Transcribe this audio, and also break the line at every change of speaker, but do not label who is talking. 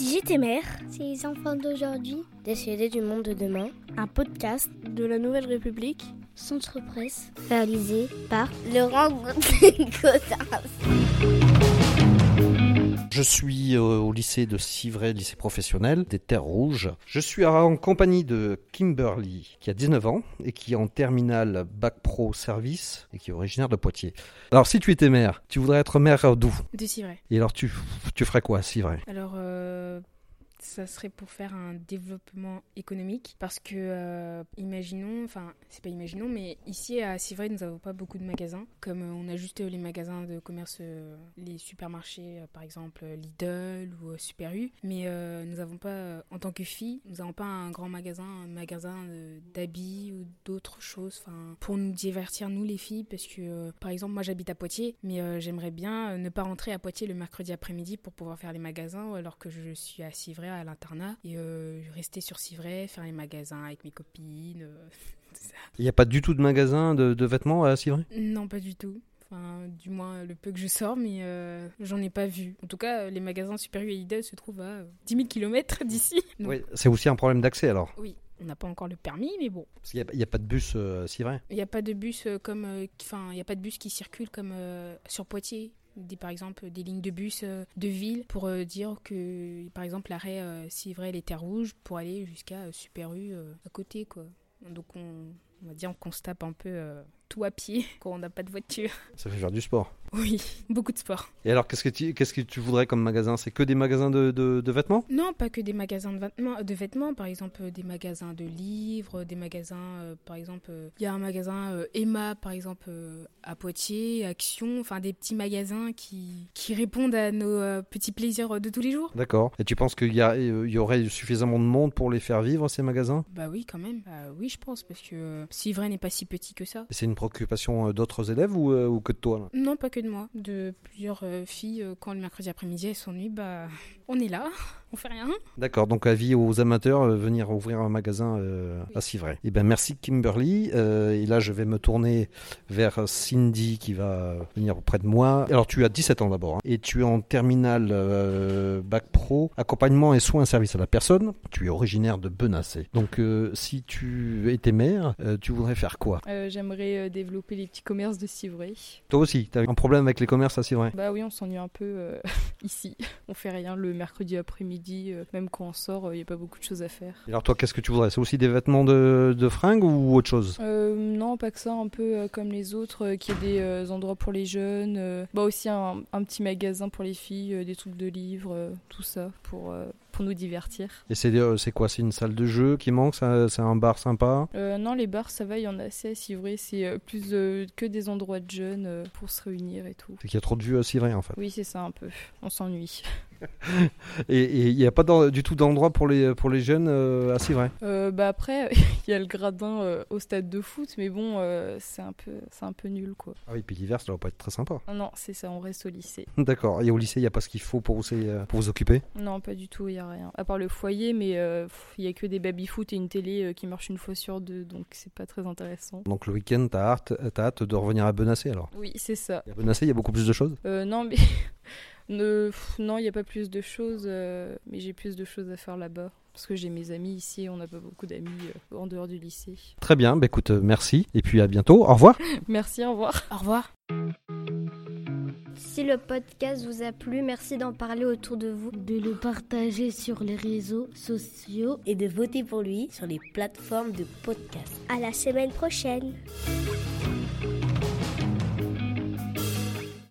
Minute et Mère,
C'est les enfants d'aujourd'hui,
Décédés du monde de demain, un podcast de la Nouvelle République,
Centre Presse, réalisé par
Laurent Gaudin.
Je suis euh, au lycée de Civray, lycée professionnel des Terres Rouges. Je suis en compagnie de Kimberly, qui a 19 ans et qui est en terminale bac pro service et qui est originaire de Poitiers. Alors, si tu étais maire, tu voudrais être maire d'où
De Civray.
Et alors, tu, tu ferais quoi à Civray
Alors, euh, ça serait pour faire un développement économique parce que, euh, imaginons, enfin, c'est pas imaginons, mais ici à Civray, nous n'avons pas beaucoup de magasins. Comme euh, on a juste euh, les magasins de commerce, euh, les supermarchés, euh, par exemple euh, Lidl ou euh, Super U. Mais euh, nous n'avons pas, euh, en tant que filles, nous n'avons pas un grand magasin, un magasin euh, d'habits ou d'autres choses, enfin, pour nous divertir, nous les filles, parce que, euh, par exemple, moi j'habite à Poitiers, mais euh, j'aimerais bien euh, ne pas rentrer à Poitiers le mercredi après-midi pour pouvoir faire les magasins, ou alors que je suis à Civray, à l'internat, et euh, rester sur Civray, faire les magasins avec mes copines. euh, tout ça.
Il n'y a pas du tout de magasin de, de vêtements à Civray
Non, pas du tout. Enfin, du moins le peu que je sors, mais euh, j'en ai pas vu. En tout cas, euh, les magasins Super U et Lidl se trouvent à euh, 10 000 km d'ici. Donc,
Oui, c'est aussi un problème d'accès alors.
oui, on n'a pas encore le permis, mais bon.
Parce qu'il n'y a, il y a pas de bus euh, à Civray.
Il n'y a pas de bus euh, comme, euh, qui- enfin, il y a pas de bus qui circule comme euh, sur Poitiers. Des, par exemple des lignes de bus euh, de ville pour euh, dire que par exemple l'arrêt euh, Civray les Terres Rouges pour aller jusqu'à euh, Super U euh, à côté quoi donc on, on va dire on constate un peu euh, tout à pied quand on n'a pas de voiture
Ça fait faire du sport.
oui beaucoup de sport
Et alors, qu'est-ce que tu, qu'est-ce que tu voudrais comme magasin C'est que des magasins de, de- de vêtements
Non, pas que des magasins de vêtements, de vêtements par exemple euh, des magasins de livres, des magasins, euh, par exemple, euh, il y a un magasin euh, Emma, par exemple, euh, à Poitiers, Action, enfin des petits magasins qui, qui répondent à nos euh, petits plaisirs euh, de tous les jours.
D'accord. Et tu penses qu'il y, a- euh, il y aurait suffisamment de monde pour les faire vivre, ces magasins
Bah oui, quand même. Bah oui, je pense, parce que euh, Civray n'est pas si petit que ça.
Et C'est une préoccupation euh, d'autres élèves ou, euh, ou que de toi là
Non, pas que de moi, de plusieurs euh, filles, euh, quand le mercredi après-midi elles s'ennuient, bah on est là, on fait rien.
D'accord, donc avis aux amateurs, euh, venir ouvrir un magasin euh, à Civray. Eh ben, merci Kimberly. Euh, et là, je vais me tourner vers Cindy qui va venir auprès de moi. Alors, tu as 17 ans d'abord hein, et tu es en terminale euh, bac pro, accompagnement et soins service à la personne. Tu es originaire de Benassé. Donc, euh, si tu étais maire, euh, tu voudrais faire quoi
Euh, J'aimerais euh, développer les petits commerces de Civray.
Toi aussi, tu as un problème avec les commerces à Civray
Bah oui, on s'ennuie un peu euh, ici. On fait rien le mercredi après-midi, euh, même quand on sort, il n'y a pas beaucoup de choses à faire.
Et Alors, toi, qu'est-ce que tu voudrais C'est aussi des vêtements de, de fringues ou autre chose
Euh, non, pas que ça, un peu euh, comme les autres, euh, qu'il y ait des euh, endroits pour les jeunes, euh, bah aussi un, un petit magasin pour les filles, euh, des trucs de livres, euh, tout ça pour, euh, pour nous divertir.
Et c'est euh, c'est quoi C'est une salle de jeu qui manque ça- C'est un bar sympa
Euh, non, les bars, ça va, il y en a assez à Civray, c'est euh, plus euh, que des endroits de jeunes euh, pour se réunir et tout.
C'est qu'il y a trop de vues à Civray en fait.
Oui, c'est ça un peu, on s'ennuie.
Et et il n'y a pas d'en- du tout d'endroit pour les, pour les jeunes euh, à Civray.
Euh, bah après, il y a le gradin euh, au stade de foot, mais bon, euh, c'est un peu, c'est un peu nul quoi.
Ah oui, puis l'hiver ça doit pas être très sympa.
Ah Non, c'est ça, on reste au lycée.
D'accord, et au lycée il n'y a pas ce qu'il faut pour, vous- euh, pour vous occuper
Non, pas du tout, il y a rien. À part le foyer, mais euh, pff, il y a que des baby foot et une télé euh, qui marche une fois sur deux, donc c'est pas très intéressant.
Donc le week-end t'as hâte, t'as hâte de revenir à Benassé alors
Oui, c'est ça.
Et À Benassé il y a beaucoup plus de choses
Euh, non, mais ne, pff, non, il n'y a pas plus de choses, euh, mais j'ai plus de choses à faire là-bas parce que j'ai mes amis ici, on n'a pas beaucoup d'amis euh, en dehors du lycée.
Très bien, bah écoute, euh, merci, et puis à bientôt, au revoir
Merci, au revoir.
Au revoir.
Si le podcast vous a plu, merci d'en parler autour de vous.
de le partager sur les réseaux sociaux
Et de voter pour lui sur les plateformes de podcast.
À la semaine prochaine.